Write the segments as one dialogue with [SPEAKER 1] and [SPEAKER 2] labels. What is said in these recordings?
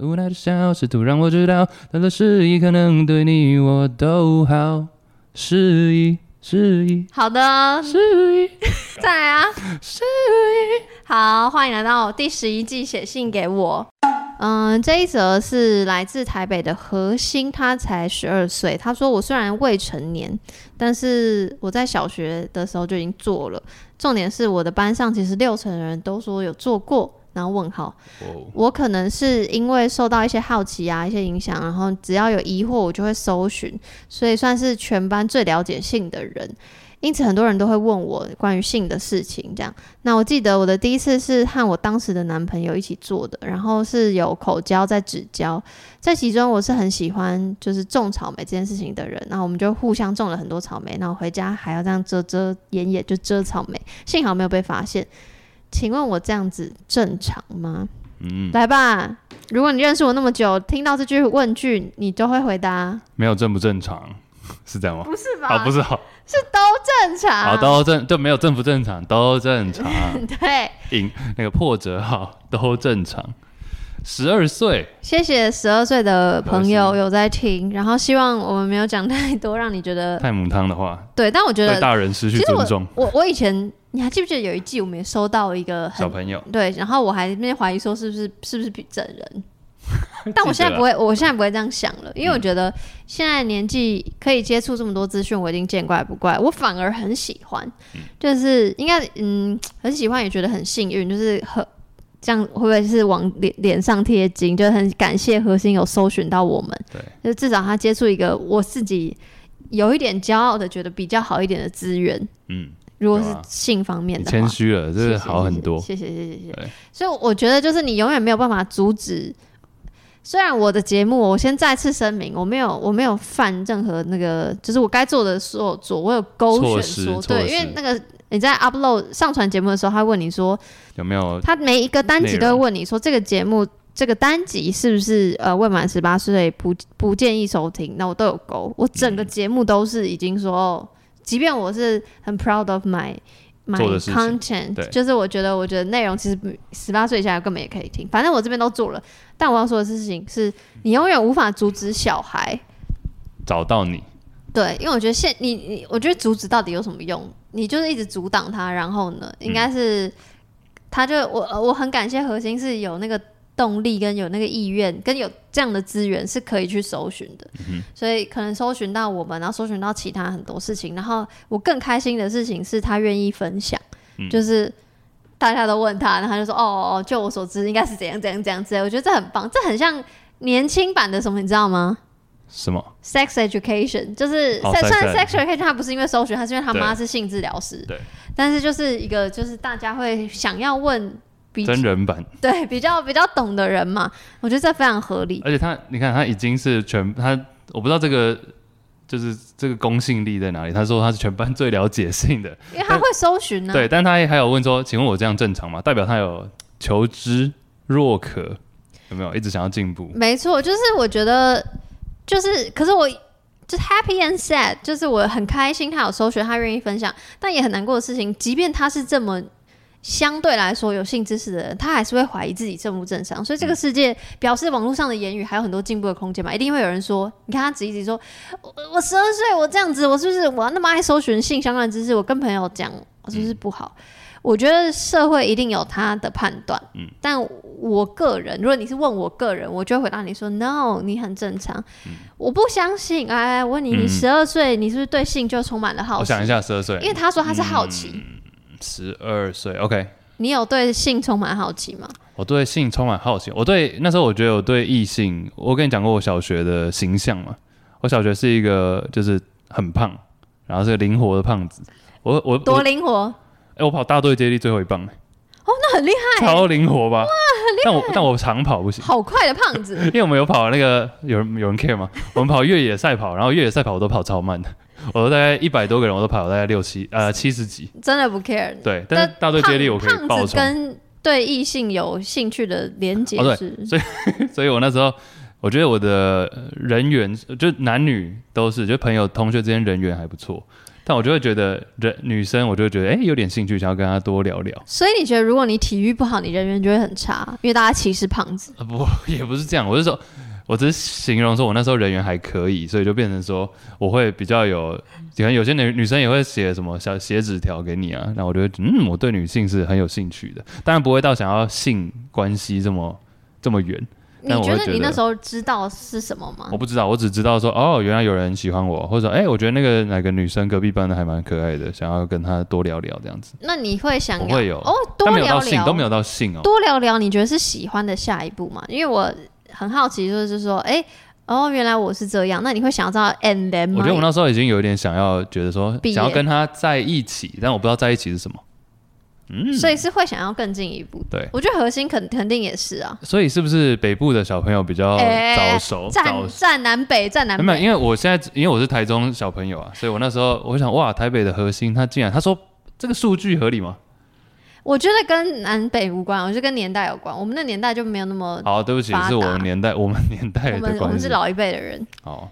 [SPEAKER 1] 无奈的笑，试图让我知道，他的示意可能对你我都好。示意，示意，
[SPEAKER 2] 好的，
[SPEAKER 1] 示意，
[SPEAKER 2] 再来啊！
[SPEAKER 1] 示意。
[SPEAKER 2] 好，欢迎来到第十一季，写信给我。嗯，这一则是来自台北的何心，他才十二岁。他说：“我虽然未成年，但是我在小学的时候就已经做了。重点是我的班上其实六成的人都说有做过。”然后问号，
[SPEAKER 1] 哦，
[SPEAKER 2] 我可能是因为受到一些好奇啊、一些影响，然后只要有疑惑，我就会搜寻，所以算是全班最了解性的人。因此，很多人都会问我关于性的事情。这样，那我记得我的第一次是和我当时的男朋友一起做的，然后是有口交在指交，在其中我是很喜欢就是种草莓这件事情的人，然后我们就互相种了很多草莓，然后回家还要这样遮遮掩掩就遮草莓，幸好没有被发现。请问我这样子正常吗？
[SPEAKER 1] 嗯，
[SPEAKER 2] 来吧，如果你认识我那么久，听到这句问句，你都会回答
[SPEAKER 1] 没有正不正常， 是这样吗？
[SPEAKER 2] 不是吧啊
[SPEAKER 1] 啊，不是好，
[SPEAKER 2] 正常。
[SPEAKER 1] 好都正，就没有正不正常，都正 常。
[SPEAKER 2] 对，
[SPEAKER 1] 引那个破折号都正常。十二岁，
[SPEAKER 2] 谢谢十二岁的朋友有在听，然后希望我们没有讲太多，让你觉得
[SPEAKER 1] 太母汤的话，
[SPEAKER 2] 呃对。但我觉
[SPEAKER 1] 对
[SPEAKER 2] 得，
[SPEAKER 1] 大人失去
[SPEAKER 2] 其实
[SPEAKER 1] 尊重
[SPEAKER 2] 我。我我以前你还记不记得有一季我们也收到一个
[SPEAKER 1] 小
[SPEAKER 2] 很
[SPEAKER 1] 朋友，
[SPEAKER 2] 对，然后我还在那边怀疑说是不是是不是整人，但我
[SPEAKER 1] 记得啊嗯
[SPEAKER 2] 现在
[SPEAKER 1] 了
[SPEAKER 2] 不会，我现在不会这样想了，因为我觉得现在年纪可以接触这么多资讯，我已经见怪不怪，我反而很喜欢，
[SPEAKER 1] 嗯
[SPEAKER 2] 就是应该嗯很喜欢，也觉得很幸运，就是很。这样会不会是往脸脸上贴金？就很感谢核心有搜寻到我们，
[SPEAKER 1] 对，
[SPEAKER 2] 就至少他接触一个我自己有一点骄傲的，觉得比较好一点的资源。
[SPEAKER 1] 嗯，
[SPEAKER 2] 如果是
[SPEAKER 1] 有啊
[SPEAKER 2] 性方面
[SPEAKER 1] 你
[SPEAKER 2] 的话，
[SPEAKER 1] 谦虚了，这
[SPEAKER 2] 谢
[SPEAKER 1] 是
[SPEAKER 2] 谢
[SPEAKER 1] 好很多。
[SPEAKER 2] 谢谢谢谢谢谢
[SPEAKER 1] 对。
[SPEAKER 2] 所以我觉得就是你永远没有办法阻止。虽然我的节目，我先再次声明，我没有我没有犯任何那个，就是我该做的所有做，我有勾
[SPEAKER 1] 措
[SPEAKER 2] 选
[SPEAKER 1] 施
[SPEAKER 2] 说
[SPEAKER 1] 措
[SPEAKER 2] 对，
[SPEAKER 1] 施
[SPEAKER 2] 因为那个你在 upload 上传节目的时候，他问你说，
[SPEAKER 1] 有没有？
[SPEAKER 2] 他每一个单集
[SPEAKER 1] 内容
[SPEAKER 2] 都会问你说这个节目。这个单集是不是呃未满十八岁不不建议收听？那我都有勾，我整个节目都是已经说，哦即便我是很 proud of my
[SPEAKER 1] 做
[SPEAKER 2] my
[SPEAKER 1] 的事情
[SPEAKER 2] content，
[SPEAKER 1] 对
[SPEAKER 2] 就是我觉得我觉得内容其实十八岁以下根本也可以听，反正我这边都做了。但我要说的事情是，你永远无法阻止小孩，
[SPEAKER 1] 找到你，
[SPEAKER 2] 对，因为我觉得现你你，我觉得阻止到底有什么用？你就是一直阻挡他，然后呢，应该是、他就我呃我很感谢核心是有那个动力跟有那个意愿跟有这样的资源是可以去搜寻的，所以可能搜寻到我们，然后搜寻到其他很多事情，然后我更开心的事情是他愿意分享，
[SPEAKER 1] 嗯
[SPEAKER 2] 就是。大家都问他，然后他就说：“哦哦，哦就我所知，应该是怎样怎样怎样之类。”我觉得这很棒，这很像年轻版的什么，你知道吗？
[SPEAKER 1] 什么？
[SPEAKER 2] sex education，就是
[SPEAKER 1] 哦 sex
[SPEAKER 2] sex- 虽然
[SPEAKER 1] ed
[SPEAKER 2] sex education 他不是因为搜寻，他是因为他妈是性治疗师，
[SPEAKER 1] 对，
[SPEAKER 2] 但是就是一个就是大家会想要问比
[SPEAKER 1] 真人版，
[SPEAKER 2] 对比较比较懂的人嘛，我觉得这非常合理。
[SPEAKER 1] 而且他，你看他已经是全他，我不知道这个就是这个公信力在哪里。他说他是全班最了解性的，
[SPEAKER 2] 因为他会搜寻啊呢、
[SPEAKER 1] 对，但他也还有问说，请问我这样正常吗？代表他有求知若渴，有没有一直想要进步？
[SPEAKER 2] 没错，就是我觉得，就是可是我就是 happy and sad，就是我很开心他有搜寻，他愿意分享，但也很难过的事情，即便他是这么。相对来说有性知识的人，他还是会怀疑自己正不正常，所
[SPEAKER 1] 嗯
[SPEAKER 2] 以这个世界表示网络上的言语还有很多进步的空间嘛，一定会有人说，你看他指一指说，我我十二岁，我这样子，我是不是我那么爱搜寻性相关的知识？我跟朋友讲，我是不是不好？
[SPEAKER 1] 嗯
[SPEAKER 2] 我觉得社会一定有他的判断，
[SPEAKER 1] 嗯
[SPEAKER 2] 但我个人，如果你是问我个人，我就会回答你说 “no”，你很正常。我不相信，哎，我问你，你
[SPEAKER 1] 嗯
[SPEAKER 2] 十二岁，你是不是对性就充满了好
[SPEAKER 1] 我
[SPEAKER 2] 奇？
[SPEAKER 1] 想一下，十嗯二岁
[SPEAKER 2] 因，为他说他是好奇，
[SPEAKER 1] 十二岁，OK。
[SPEAKER 2] 你有对性充满好奇吗？
[SPEAKER 1] 我对性充满好奇。我对那时候我觉得我对异性，我跟你讲过我小学的形象嘛。我小学是一个就是很胖，然后是个灵活的胖子。我我我
[SPEAKER 2] 多灵活，
[SPEAKER 1] 哎、我跑大队接力最后一棒、欸
[SPEAKER 2] 那很厉 害，
[SPEAKER 1] 超灵活吧？哇，但我但我长跑不行，
[SPEAKER 2] 好快的胖子，
[SPEAKER 1] 因为我们有跑那个有人有人 care 吗？ 我们跑越野赛跑，然后越野赛跑我都跑超慢的， 我都大概一百多个人，我都跑大概六七呃七十几。
[SPEAKER 2] 真的不 care。
[SPEAKER 1] 对，但是大队接力我可以
[SPEAKER 2] 胖
[SPEAKER 1] 爆
[SPEAKER 2] 胖子
[SPEAKER 1] 冲，
[SPEAKER 2] 跟对异性有兴趣的连接
[SPEAKER 1] 哦对
[SPEAKER 2] 是、
[SPEAKER 1] 所以我那时候我觉得我的呃人缘就男女都是，就朋友同学之间人缘还不错。但我就会觉得人女生，我就会觉得哎、诶有点兴趣，想要跟她多聊聊。
[SPEAKER 2] 所以你觉得，如果你体育不好，你人缘就会很差，因为大家歧视胖子。
[SPEAKER 1] 啊，不， 也不是这样，我是说，我只是形容说我那时候人缘还可以，所以就变成说我会比较有，可能有些女女生也会写什么小写纸条给你啊，那我就会嗯，我对女性是很有兴趣的，当然不会到想要性关系这么这么远，
[SPEAKER 2] 你
[SPEAKER 1] 但我会
[SPEAKER 2] 觉得
[SPEAKER 1] 觉
[SPEAKER 2] 你
[SPEAKER 1] 得
[SPEAKER 2] 那时候知道是什么吗
[SPEAKER 1] 我？不知道，我只知道说哦，原来有人喜欢我，或者哎、我觉得那个哪个女生隔壁班的还蛮可爱的，想要跟她多聊聊这样子，
[SPEAKER 2] 那你会想
[SPEAKER 1] 不
[SPEAKER 2] 要
[SPEAKER 1] 会有
[SPEAKER 2] 哦，
[SPEAKER 1] 但
[SPEAKER 2] 多
[SPEAKER 1] 没有
[SPEAKER 2] 聊
[SPEAKER 1] 到性
[SPEAKER 2] 聊
[SPEAKER 1] 都没有到性哦，
[SPEAKER 2] 多聊聊，你觉得是喜欢的下一步吗？因为我很好奇，就是说，哎、哦，原来我是这样，那你会想要知道 and then 吗？
[SPEAKER 1] 我觉得我那时候已经有一点想要觉得说
[SPEAKER 2] 毕业
[SPEAKER 1] 想要跟她在一起，但我不知道在一起是什么。嗯
[SPEAKER 2] 所以是会想要更进一步。
[SPEAKER 1] 对
[SPEAKER 2] 我觉得核心肯肯定也是啊，
[SPEAKER 1] 所以是不是北部的小朋友比较
[SPEAKER 2] 哎
[SPEAKER 1] 早熟？早
[SPEAKER 2] 站站南北，站南
[SPEAKER 1] 没有，
[SPEAKER 2] 北，
[SPEAKER 1] 因为我现在因为我是台中小朋友啊，所以我那时候我想哇，台北的核心他竟然他说这个数据合理吗？
[SPEAKER 2] 我觉得跟南北无关，我觉得跟年代有关。我们那年代就没有那么，
[SPEAKER 1] 好，对不起
[SPEAKER 2] 呃发，达
[SPEAKER 1] 是我们年代 我们年代
[SPEAKER 2] 我
[SPEAKER 1] 的
[SPEAKER 2] 们我
[SPEAKER 1] 哎关
[SPEAKER 2] 们是
[SPEAKER 1] 系。
[SPEAKER 2] 老一辈的人，
[SPEAKER 1] 好，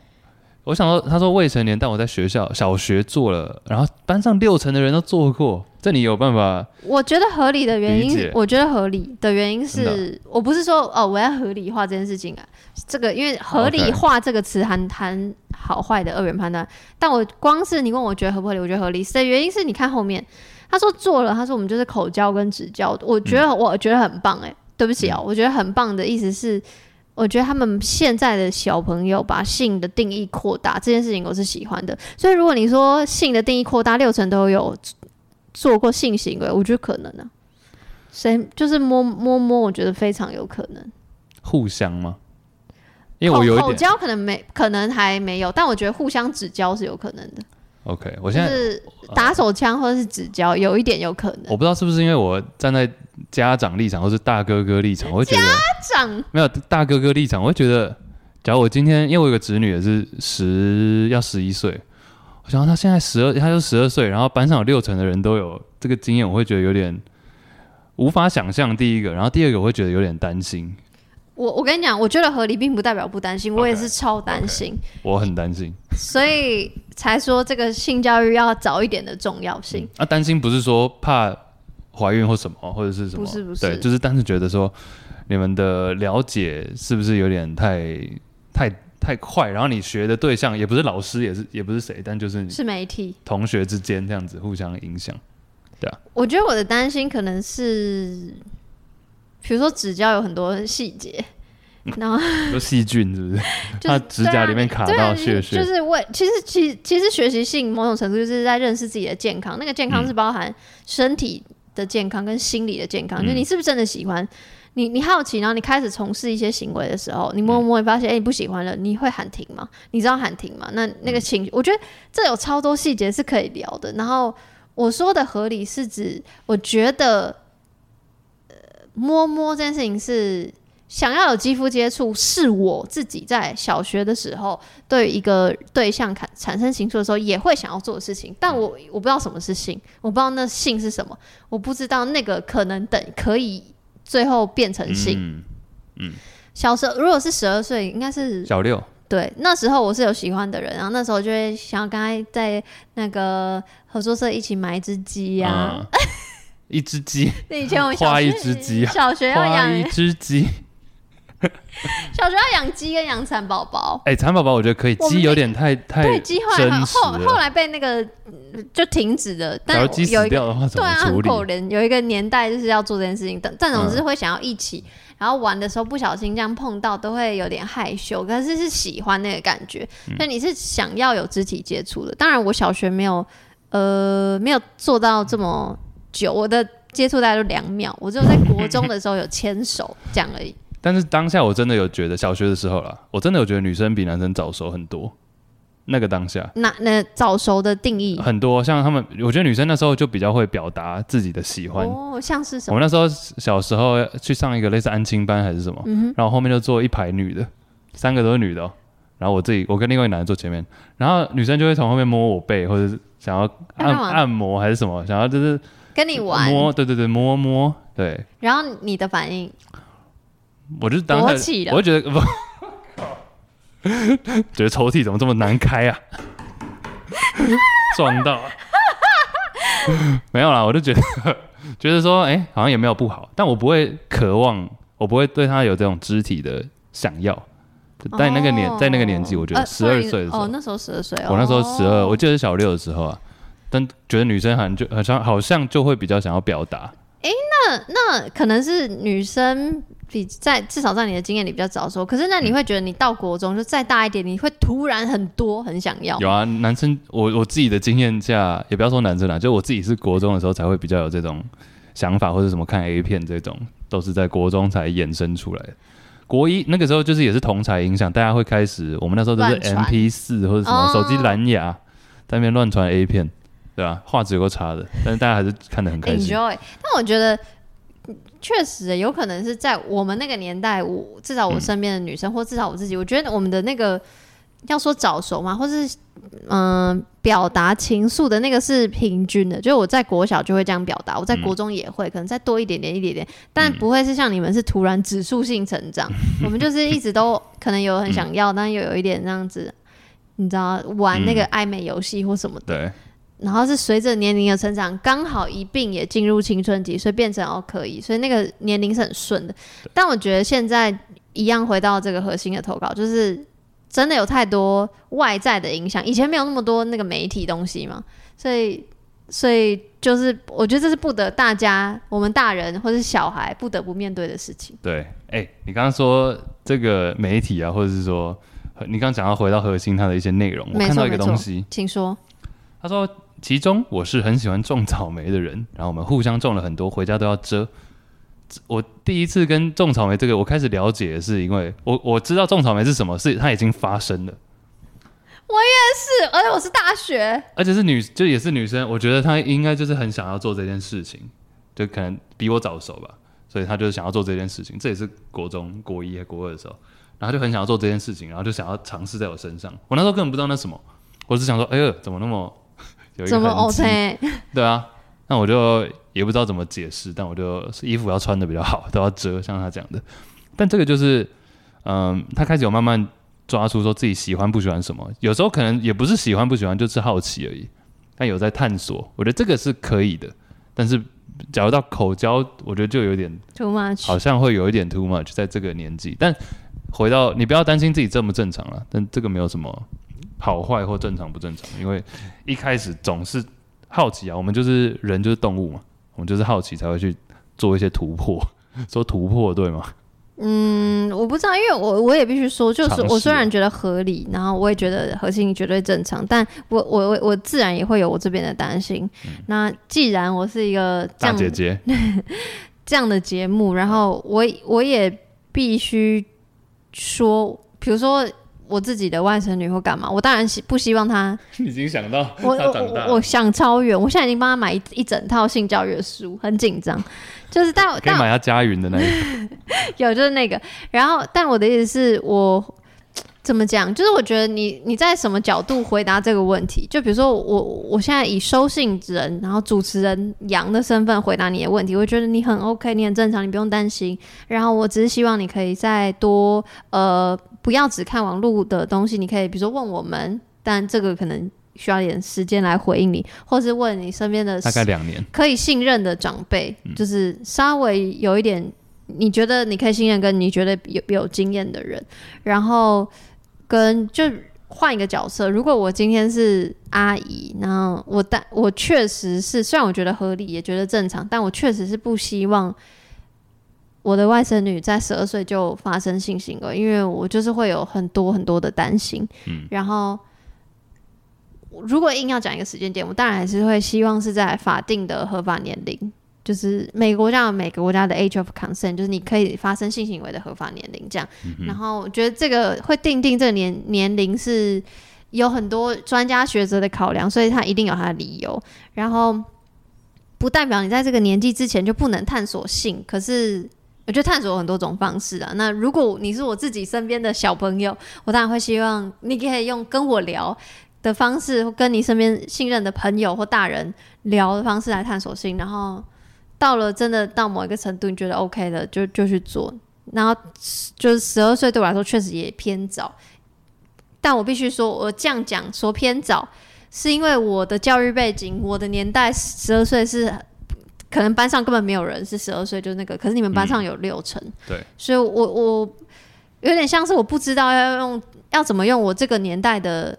[SPEAKER 1] 我想说他说未成年，但我在学校小学做了，然后班上六成的人都做过，这你有办法？
[SPEAKER 2] 我觉得合理的原
[SPEAKER 1] 理
[SPEAKER 2] 因
[SPEAKER 1] 解，
[SPEAKER 2] 我觉得合理的原因
[SPEAKER 1] 真
[SPEAKER 2] 是我不是说哦，我要合理化这件事情啊，这个因为合理化这个词含含好坏的二元判断，但我光是你问我觉得合不合理，我觉得合理的原因是你看后面他说做了，他说我们就是口交跟指教，我觉得、我觉得很棒哎、对不起啊、我觉得很棒的意思是。我觉得他们现在的小朋友把性的定义扩大这件事情，我是喜欢的。所以如果你说性的定义扩大，六成都有做过性行为，我觉得可能啊。谁就是摸摸摸，我觉得非常有可能。
[SPEAKER 1] 互相吗？因为我有
[SPEAKER 2] 哦口口
[SPEAKER 1] 一点
[SPEAKER 2] 交可能没，可能还没有，但我觉得互相指交是有可能的，
[SPEAKER 1] OK，我
[SPEAKER 2] 就
[SPEAKER 1] 现在
[SPEAKER 2] 是打手枪或者是指交，有一点有可能。
[SPEAKER 1] 我不知道是不是因为我站在家长立场或是大哥哥立场，我会觉得。
[SPEAKER 2] 长
[SPEAKER 1] 没有大哥哥立场，我会觉得，假如我今天，因为我有个侄女也是十要十一岁，我想到她现在十二，她就十二岁，然后班上有六成的人都有这个经验，我会觉得有点无法想象。第一个，然后第二个，我会觉得有点担心，
[SPEAKER 2] 我我跟你讲，我觉得合理并不代表不担心，我也是超担心
[SPEAKER 1] 我很担心。
[SPEAKER 2] 所以才说这个性教育要早一点的重要性。
[SPEAKER 1] 啊，担心不是说怕怀孕或什么，或者是什么，
[SPEAKER 2] 不是不
[SPEAKER 1] 对，
[SPEAKER 2] 是
[SPEAKER 1] 就是单纯觉得说你们的了解是不是有点太太太快，然后你学的对象也不是老师，也是也不是谁，但就是你
[SPEAKER 2] 是媒体，
[SPEAKER 1] 同学之间这样子互相影响。
[SPEAKER 2] 我觉得我的担心可能是，比如说指交有很多细节，
[SPEAKER 1] 嗯
[SPEAKER 2] 然后
[SPEAKER 1] 有细菌是不是？
[SPEAKER 2] 就
[SPEAKER 1] 他
[SPEAKER 2] 是
[SPEAKER 1] 指甲里面卡
[SPEAKER 2] 对啊
[SPEAKER 1] 到血血，
[SPEAKER 2] 就是为其实其实其实学习性某种程度就是在认识自己的健康，那个健康是包含身体的健康跟心理的健康，
[SPEAKER 1] 嗯
[SPEAKER 2] 就你是不是真的喜欢。你你好奇，然后你开始从事一些行为的时候，你摸摸，你发现哎、你不喜欢了，你会喊停吗？你知道喊停吗？那那个情绪，我觉得这有超多细节是可以聊的。然后我说的合理是指，我觉得呃摸摸这件事情是想要有肌肤接触，是我自己在小学的时候对一个对象产产生情愫的时候也会想要做的事情，但我我不知道什么是性，我不知道那性是什么，我不知道那个可能等可以最后变成性。
[SPEAKER 1] 嗯，
[SPEAKER 2] 小时候如果是十二岁，应该是
[SPEAKER 1] 小六
[SPEAKER 2] 对那时候我是有喜欢的人，然后那时候就会想要跟他在那个合作社一起买一只鸡啊呀、
[SPEAKER 1] 嗯一只 鸡，
[SPEAKER 2] 那以前我们小
[SPEAKER 1] 画一
[SPEAKER 2] 学
[SPEAKER 1] 只鸡啊
[SPEAKER 2] 小学要
[SPEAKER 1] 花一
[SPEAKER 2] 养，
[SPEAKER 1] 只鸡。
[SPEAKER 2] 小学要养鸡跟养蚕宝宝。
[SPEAKER 1] 哎，蚕宝宝我觉得可以，
[SPEAKER 2] 我们
[SPEAKER 1] 鸡有点太
[SPEAKER 2] 对
[SPEAKER 1] 太
[SPEAKER 2] 鸡后来
[SPEAKER 1] 真实
[SPEAKER 2] 后后
[SPEAKER 1] 了。
[SPEAKER 2] 来被那个嗯就停止了，但
[SPEAKER 1] 假如鸡
[SPEAKER 2] 有
[SPEAKER 1] 死
[SPEAKER 2] 一个
[SPEAKER 1] 掉的话，怎
[SPEAKER 2] 对
[SPEAKER 1] 么
[SPEAKER 2] 啊，
[SPEAKER 1] 处
[SPEAKER 2] 很
[SPEAKER 1] 理？嗯
[SPEAKER 2] 可怜。有一个年代就是要做这件事情，但但总是会想要一起，然后玩的时候不小心这样碰到，都会有点害羞。可是是喜欢那个感觉，
[SPEAKER 1] 嗯
[SPEAKER 2] 所以你是想要有肢体接触的。当然，我小学没有，呃，没有做到这么久，我的接触大概就两秒，我只有在国中的时候有牵手这样而已。
[SPEAKER 1] 但是当下我真的有觉得，小学的时候啦，我真的有觉得女生比男生早熟很多。那个当下
[SPEAKER 2] 那那早熟的定义
[SPEAKER 1] 很多，像他们，我觉得女生那时候就比较会表达自己的喜欢，
[SPEAKER 2] 哦，像是什
[SPEAKER 1] 我
[SPEAKER 2] 么？
[SPEAKER 1] 们那时候小时候去上一个类似安亲班还是什么，
[SPEAKER 2] 嗯
[SPEAKER 1] 然后后面就坐一排女的，三个都是女的哦、然后我自己，我跟另外一个男的坐前面，然后女生就会从后面摸我背，或者是想要
[SPEAKER 2] 要干
[SPEAKER 1] 按
[SPEAKER 2] 嘛
[SPEAKER 1] 按摩还是什么，想要就是
[SPEAKER 2] 跟你玩，
[SPEAKER 1] 摸，对对对，摸摸，对
[SPEAKER 2] 然后你的反应
[SPEAKER 1] 我就是当
[SPEAKER 2] 勃
[SPEAKER 1] 下
[SPEAKER 2] 起，了
[SPEAKER 1] 我就觉得 不，觉得抽屉怎么这么难开啊？ 撞到。没有啦，我就觉得 觉得说，哎、好像也没有不好，但我不会渴望，我不会对他有这种肢体的想要。在那个年，在那个年纪，我觉得
[SPEAKER 2] 呃
[SPEAKER 1] 十二
[SPEAKER 2] sorry，
[SPEAKER 1] 岁的时候，
[SPEAKER 2] 哦，那时候十二岁，
[SPEAKER 1] 我那时候十二，
[SPEAKER 2] 哦
[SPEAKER 1] 我记得是小六的时候啊，但觉得女生好像就好像好像就会比较想要表达，
[SPEAKER 2] 那那可能是女生比在至少在你的经验里比较早熟，可是那
[SPEAKER 1] 嗯
[SPEAKER 2] 你会觉得你到国中就再大一点，你会突然很多很想要。
[SPEAKER 1] 有啊，男生，我我自己的经验下，也不要说男生啦，就我自己是国中的时候才会比较有这种想法，或者什么看 A 片这种，都是在国中才衍生出来的。国一那个时候就是也是同才影响，大家会开始，我们那时候都是
[SPEAKER 2] 乱传
[SPEAKER 1] MP 四或者什么
[SPEAKER 2] 哦
[SPEAKER 1] 手机蓝牙，在那边乱传 A 片，对吧、画质有够差的，但是大家还是看得很开心。
[SPEAKER 2] enjoy。但我觉得嗯确实欸有可能是在我们那个年代，我至
[SPEAKER 1] 嗯
[SPEAKER 2] 少我身边的女生，或至少我自己，我觉得我们的那个要说早熟嘛，或是嗯、表达情愫的那个是平均的，就是我在国小就会这样表达，我
[SPEAKER 1] 嗯
[SPEAKER 2] 在国中也会，可能再多一点点一点点，但不会是像你们是突然指数性成 长，我们就是一直都 可能有很想要，
[SPEAKER 1] 嗯
[SPEAKER 2] 但又有一点那样子。你知道玩那个暧昧游戏或什么的，
[SPEAKER 1] 对，
[SPEAKER 2] 然后是随着年龄的成长，刚好一并也进入青春期，所以变成哦可以，所以那个年龄是很顺的。但我觉得现在一样回到这个核心的投稿，就是真的有太多外在的影响，以前没有那么多那个媒体东西嘛，所以所以就是我觉得这是不得大家我们大人或是小孩不得不面对的事情。
[SPEAKER 1] 对，哎、你刚刚说这个媒体啊，或者是说你刚刚讲到回到核心它的一些内容，我
[SPEAKER 2] 没
[SPEAKER 1] 看
[SPEAKER 2] 错
[SPEAKER 1] 到一
[SPEAKER 2] 没
[SPEAKER 1] 个
[SPEAKER 2] 错
[SPEAKER 1] 东西，
[SPEAKER 2] 请说，
[SPEAKER 1] 他说，其中我是很喜欢种草莓的人，然后我们互相种了很多，回家都要遮。我第一次跟种草莓这个，我开始了解，是因为我我知道种草莓是什么，是它已经发生了，
[SPEAKER 2] 是，而且我是大学，
[SPEAKER 1] 而且是女，就也是女生，我觉得她应该就是很想要做这件事情，就可能比我早熟吧，所以她就是想要做这件事情。这也是国中国一还国二的时候，然后她就很想要做这件事情，然后就想要尝试在我身上。我那时候根本不知道那是什么，我只想说，哎呦，怎么那么有一个
[SPEAKER 2] 怎么？Oh,
[SPEAKER 1] 痕迹
[SPEAKER 2] OK？
[SPEAKER 1] 对啊，那我就也不知道怎么解释，但我就衣服要穿的比较好，都要遮，像他讲的。但这个就是，嗯，他开始有慢慢抓出说自己喜欢不喜欢什么，有时候可能也不是喜欢不喜欢，就是好奇而已。但有在探索，我觉得这个是可以的。但是，假如到口交，我觉得就有点
[SPEAKER 2] too much，
[SPEAKER 1] 好像会有一点 too much，在这个年纪。但回到你不要担心自己正不正常了，但这个没有什么好坏或正常不正常，因为一开始总是好奇啊，我们就是人就是动物嘛，我们就是好奇才会去做一些突破， 说突破对吗？
[SPEAKER 2] 嗯，我不知道，因为我我也必须说，就是
[SPEAKER 1] 尝试啊
[SPEAKER 2] 我虽然觉得合理，然后我也觉得核心绝对正常，但我我我我自然也会有我这边的担心。那既然我是一个
[SPEAKER 1] 嗯大
[SPEAKER 2] 这样
[SPEAKER 1] 姐姐，
[SPEAKER 2] 这样的节目，然后我我也必须说，比如说我自己的外甥女或干嘛，我当然希不希望她
[SPEAKER 1] 已经想到
[SPEAKER 2] 我
[SPEAKER 1] 她
[SPEAKER 2] 我
[SPEAKER 1] 长大
[SPEAKER 2] 我我想超远，我现在已经帮她买一一整套性教育的书，很紧张，就是但
[SPEAKER 1] 可以
[SPEAKER 2] 但
[SPEAKER 1] 买她家云的那一种，
[SPEAKER 2] 有就是那个，然后但我的意思是我怎么讲，就是我觉得你你在什么角度回答这个问题，就比如说我我现在以收信人，然后主持人杨的身份回答你的问题，我觉得你很 OK，你很正常，你不用担心。然后我只是希望你可以再多呃，不要只看网络的东西，你可以比如说问我们，但这个可能需要一点时间来回应你，或是问你身边的
[SPEAKER 1] 大概两年。
[SPEAKER 2] 可以信任的长辈，就是稍微有一点你觉得你可以信任，跟你觉得有有经验的人，然后跟就换一个角色。如果我今天是阿姨，然后我但我确实是，虽然我觉得合理，也觉得正常，但我确实是不希望。我的外甥女在十二岁就发生性行为，因为我就是会有很多很多的担心，然后如果硬要讲一个时间点，我当然还是会希望是在法定的合法年龄，就是每个国家有每个国家的 age of consent，就是你可以发生性行为的合法年龄这样。然后我觉得这个会定定这个年年龄是有很多专家学者的考量，所以他一定有他的理由。然后不代表你在这个年纪之前就不能探索性，可是。我觉得探索有很多种方式啊。那如果你是我自己身边的小朋友，我当然会希望你可以用跟我聊，的方式，跟你身边信任的朋友或大人聊的方式来探索性，然后到了真的到某一个程度，你觉得 OK 了，就就去做。然后就是十二岁对我来说确实也偏早，但我必须说，我这样讲说偏早是因为我的教育背景，我的年代十二岁是可能班上根本没有人是十二岁，就是那个，可是你们班上有六成，
[SPEAKER 1] 嗯对，
[SPEAKER 2] 所以我我有点像是我不知道要用要怎么用我这个年代的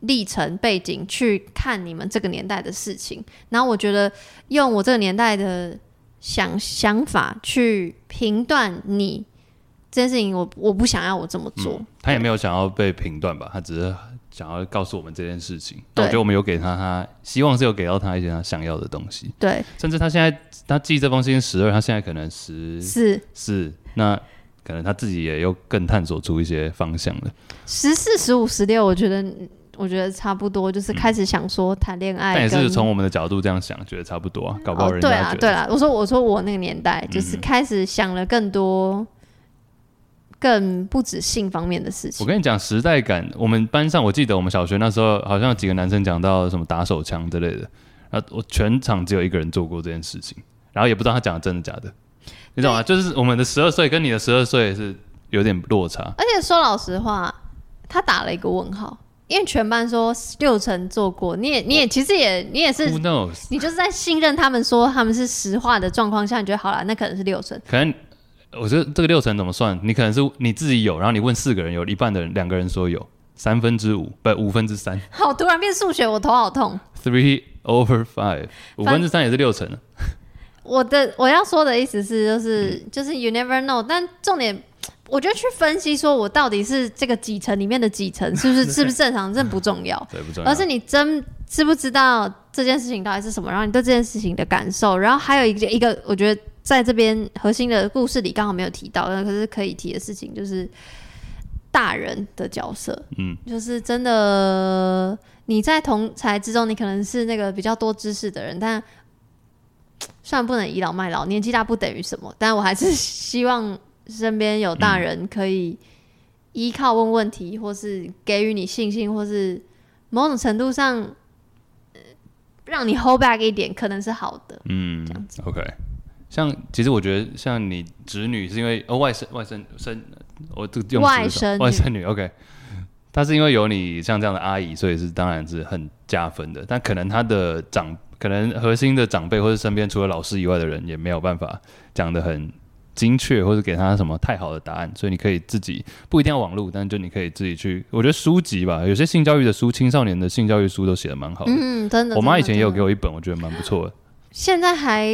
[SPEAKER 2] 历程背景去看你们这个年代的事情，然后我觉得用我这个年代的想想法去评断你这件事情我，我不想要我这么做，
[SPEAKER 1] 嗯，他也没有想要被评断吧，他只是想要告诉我们这件事情。那
[SPEAKER 2] 对
[SPEAKER 1] 我觉得我们有给他，他希望是有给到他一些他想要的东西，
[SPEAKER 2] 对，
[SPEAKER 1] 甚至他现在他寄这封信十二，他现在可能 十
[SPEAKER 2] 是
[SPEAKER 1] 四，那可能他自己也又更探索出一些方向了。
[SPEAKER 2] 十四、十五、十六，我觉得我觉得差不多，就是开始想说谈恋爱
[SPEAKER 1] 嗯但也
[SPEAKER 2] 跟，
[SPEAKER 1] 是从我们的角度这样想，觉得差不多啊，搞不好
[SPEAKER 2] 哦
[SPEAKER 1] 人
[SPEAKER 2] 对
[SPEAKER 1] 家
[SPEAKER 2] 啊
[SPEAKER 1] 觉
[SPEAKER 2] 对
[SPEAKER 1] 得
[SPEAKER 2] 啊，我说我说我那个年代就是
[SPEAKER 1] 嗯哼
[SPEAKER 2] 开始想了更多。更不止性方面的事
[SPEAKER 1] 我
[SPEAKER 2] 情，
[SPEAKER 1] 跟你讲，时代感，我们班上，我记得我们小学那时候，好像有几个男生讲到什么打手枪之类的，然后我全场只有一个人做过这件事情，然后也不知道他讲的真的假的，你懂吗？就是我们的十二岁跟你的十二岁是有点落差，
[SPEAKER 2] 而且说老实话，他打了一个问号，因为全班说六成做过，你也你也其实也你也是
[SPEAKER 1] Who knows？
[SPEAKER 2] 你就是在信任他们说他们是实话的状况下，你觉得好了，那可能是六成。
[SPEAKER 1] 可能我觉得这个六成怎么算？你可能是你自己有，然后你问四个人，有一半的人两个人说有，三分之五不五分之三
[SPEAKER 2] 好，突然变数学，我头好痛。
[SPEAKER 1] ，three over five，五分之三也是六成啊。
[SPEAKER 2] 我的我要说的意思是，就是、就是 you never know，但重点。我觉得去分析说，我到底是这个几层里面的几层，是不是是不是正常，这不重要，
[SPEAKER 1] 对，不重要。
[SPEAKER 2] 而是你真知不知道这件事情到底是什么，然后你对这件事情的感受，然后还有一个一个，我觉得在这边核心的故事里刚好没有提到，但可是可以提的事情就是大人的角色，
[SPEAKER 1] 嗯，
[SPEAKER 2] 就是真的，你在同才之中，你可能是那个比较多知识的人，但虽然不能倚老卖老，年纪大不等于什么，但我还是希望身边有大人可以依靠问问题，或是给予你信心，或是某种程度上、呃让你 hold back 一点，可能是好的。
[SPEAKER 1] 嗯
[SPEAKER 2] 这样
[SPEAKER 1] OK，像其实我觉得像你侄女是因为哦外甥外甥生，我这个用词
[SPEAKER 2] 外
[SPEAKER 1] 是什么
[SPEAKER 2] 甥女
[SPEAKER 1] 外甥女 OK，她是因为有你像这样的阿姨，所以是当然是很加分的。但可能她的长，可能核心的长辈或者身边除了老师以外的人，也没有办法讲的很精确，或者给她什么太好的答案。所以你可以自己不一定要网络，但就你可以自己去，我觉得书籍吧，有些性教育的书，青少年的性教育书都写的蛮好的。
[SPEAKER 2] 嗯，真的。
[SPEAKER 1] 我妈以前也有
[SPEAKER 2] 真
[SPEAKER 1] 给
[SPEAKER 2] 的，
[SPEAKER 1] 我一本，我觉得蛮不错的。
[SPEAKER 2] 现在还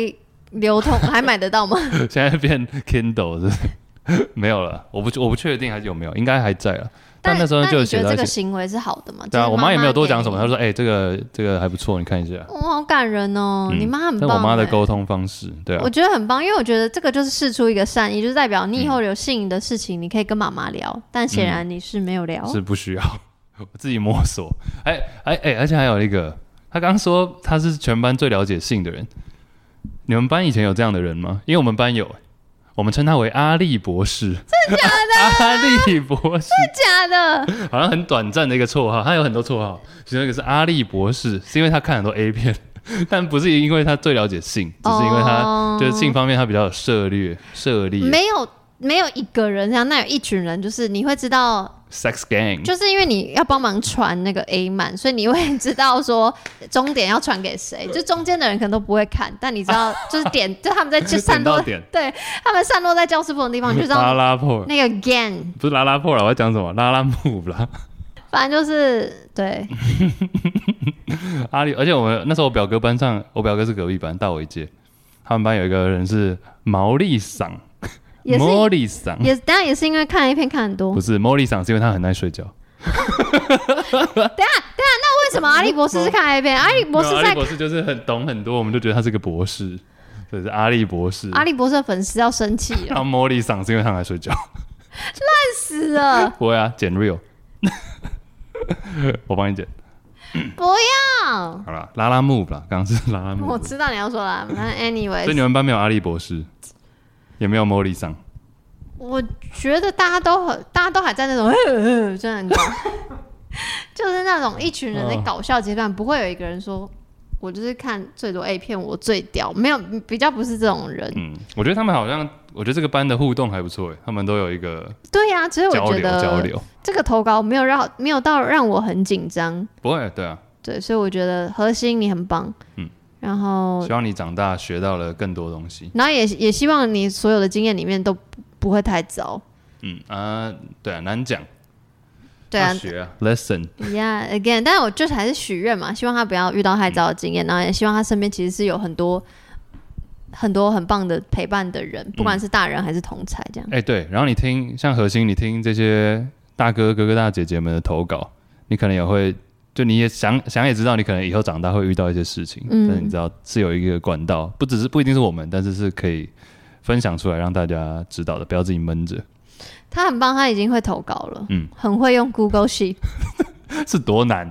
[SPEAKER 2] 流通， 还买得 到吗？
[SPEAKER 1] 现在变 Kindle 是 没有了，我不我不确定还有没有，应该还在了。但那时候就有
[SPEAKER 2] 你
[SPEAKER 1] 写
[SPEAKER 2] 觉
[SPEAKER 1] 到
[SPEAKER 2] 得
[SPEAKER 1] 一
[SPEAKER 2] 这个
[SPEAKER 1] 些，
[SPEAKER 2] 行为是好的吗？
[SPEAKER 1] 对啊，
[SPEAKER 2] 就是
[SPEAKER 1] 我妈也没有多讲什么，
[SPEAKER 2] 给
[SPEAKER 1] 她
[SPEAKER 2] 你
[SPEAKER 1] 说：“哎、这个这个还不错，你看一下。
[SPEAKER 2] 哦，好感人哦，
[SPEAKER 1] 嗯
[SPEAKER 2] 你妈很棒、
[SPEAKER 1] 但我妈的
[SPEAKER 2] 哎
[SPEAKER 1] 沟通方式，对啊
[SPEAKER 2] 我，觉得很棒，因为我觉得这个就是试出一个善意，就是代表你以后有性的事情，你可以跟妈妈聊，但显然你是没有聊。
[SPEAKER 1] 嗯是不需要 我自己摸索。哎哎哎，而且还有一个，她刚说她是全班最了解性的人，你们班以前有这样的人吗？因为我们班有、我们称他为阿力博士，真的假的？ 阿力博士，
[SPEAKER 2] 假的，
[SPEAKER 1] 好像很短暂的一个绰号，他有很多绰号，其中一个是阿力博士，是因为他看很多 A 片，但不是因为他最了解性，只是因为他、
[SPEAKER 2] 哦
[SPEAKER 1] 就是性方面他比较有涉猎、涉猎
[SPEAKER 2] 没有没有一个人这样，那有一群人，就是你会知道，
[SPEAKER 1] sex gang，
[SPEAKER 2] 就是因为你要帮忙传那个 A 漫，所以你会知道说终点要传给谁，就中间的人可能都不会看，但你知道， 就是点，就他们在就散
[SPEAKER 1] 点
[SPEAKER 2] 落
[SPEAKER 1] 到，点
[SPEAKER 2] 对他们散落在教室不同 的地方，你就知
[SPEAKER 1] 拉
[SPEAKER 2] 道
[SPEAKER 1] 拉破，
[SPEAKER 2] 那个 gang
[SPEAKER 1] 不是拉拉破了，我要讲什么？拉拉木啦，
[SPEAKER 2] 反正就是对，
[SPEAKER 1] 阿力，而且我们那时候我表哥班上，我表哥是隔壁班，大我一届，他们班有一个人是毛利桑，
[SPEAKER 2] 也是
[SPEAKER 1] 毛利桑，
[SPEAKER 2] 也当然也是因为看 A 片看很多
[SPEAKER 1] 不。是毛利桑，是因为他很爱睡觉。
[SPEAKER 2] 为什么阿笠博士是看 A 片？阿笠博士
[SPEAKER 1] 没啊有阿力
[SPEAKER 2] 在
[SPEAKER 1] 博士就是很懂很多，我们就觉得他是个博士，对，是阿力博士。
[SPEAKER 2] 阿笠博士的粉丝要生气
[SPEAKER 1] 然
[SPEAKER 2] 了，
[SPEAKER 1] 后莫莉嗓是因为他还睡觉，
[SPEAKER 2] 死了！
[SPEAKER 1] 不会啊，剪 real，我帮你剪。
[SPEAKER 2] 不要，
[SPEAKER 1] 好了，拉拉木啦，刚刚是拉拉木
[SPEAKER 2] 我。知道你要说啦，反正
[SPEAKER 1] 所以你
[SPEAKER 2] anyway，
[SPEAKER 1] 们班没有阿力博士，也没有莫莉桑，
[SPEAKER 2] 我觉得大家都很，大家都还在那种，呃呃真的很搞， 就是那种一群人在搞笑阶段，不会有一个人说。我就是看最多 A 片，我最屌，没有比较不是这种人。
[SPEAKER 1] 嗯，我觉得他们好像，我觉得这个班的互动还不错，欸他们都有一个
[SPEAKER 2] 对呀、其实我
[SPEAKER 1] 交
[SPEAKER 2] 觉
[SPEAKER 1] 流交
[SPEAKER 2] 得
[SPEAKER 1] 流，
[SPEAKER 2] 这个投稿没有让没有到让我很紧张，
[SPEAKER 1] 不会，对啊，
[SPEAKER 2] 对，所以我觉得核心你很棒，
[SPEAKER 1] 嗯，
[SPEAKER 2] 然后
[SPEAKER 1] 希望你长大学到了更多东西。
[SPEAKER 2] 然后也也希望你所有的经验里面都不不会太糟。
[SPEAKER 1] 嗯啊，对啊，难讲，
[SPEAKER 2] 对啊
[SPEAKER 1] 要学啊，lesson，
[SPEAKER 2] ，Yeah again，但是我就是还是许愿嘛，希望他不要遇到
[SPEAKER 1] 嗯
[SPEAKER 2] 太糟的经验，然后也希望他身边其实是有很多很多很棒的陪伴的人，不管
[SPEAKER 1] 嗯
[SPEAKER 2] 是大人还是同才这样。
[SPEAKER 1] 哎、对，然后你听，像核心，你听这些大哥哥哥大姐姐们的投稿，你可能也会，就你也想想也知道，你可能以后长大会遇到一些事情，
[SPEAKER 2] 嗯
[SPEAKER 1] 但是你知道是有一个管道，不只是不一定是我们，但是是可以分享出来让大家知道的，不要自己闷着，
[SPEAKER 2] 他很棒，他已经会投稿了，
[SPEAKER 1] 嗯，
[SPEAKER 2] 很会用 Google Sheet。
[SPEAKER 1] 是多难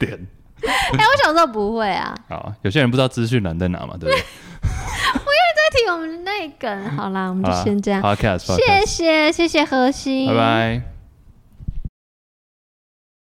[SPEAKER 1] 点。
[SPEAKER 2] 哎、我小时候不会啊，
[SPEAKER 1] 好，有些人不知道资讯栏在哪嘛，对不对
[SPEAKER 2] 再提我们那一梗，好啦，我们就
[SPEAKER 1] 好啦
[SPEAKER 2] 先这样，
[SPEAKER 1] ？Podcast，
[SPEAKER 2] 啊谢谢谢谢何心，
[SPEAKER 1] 拜拜。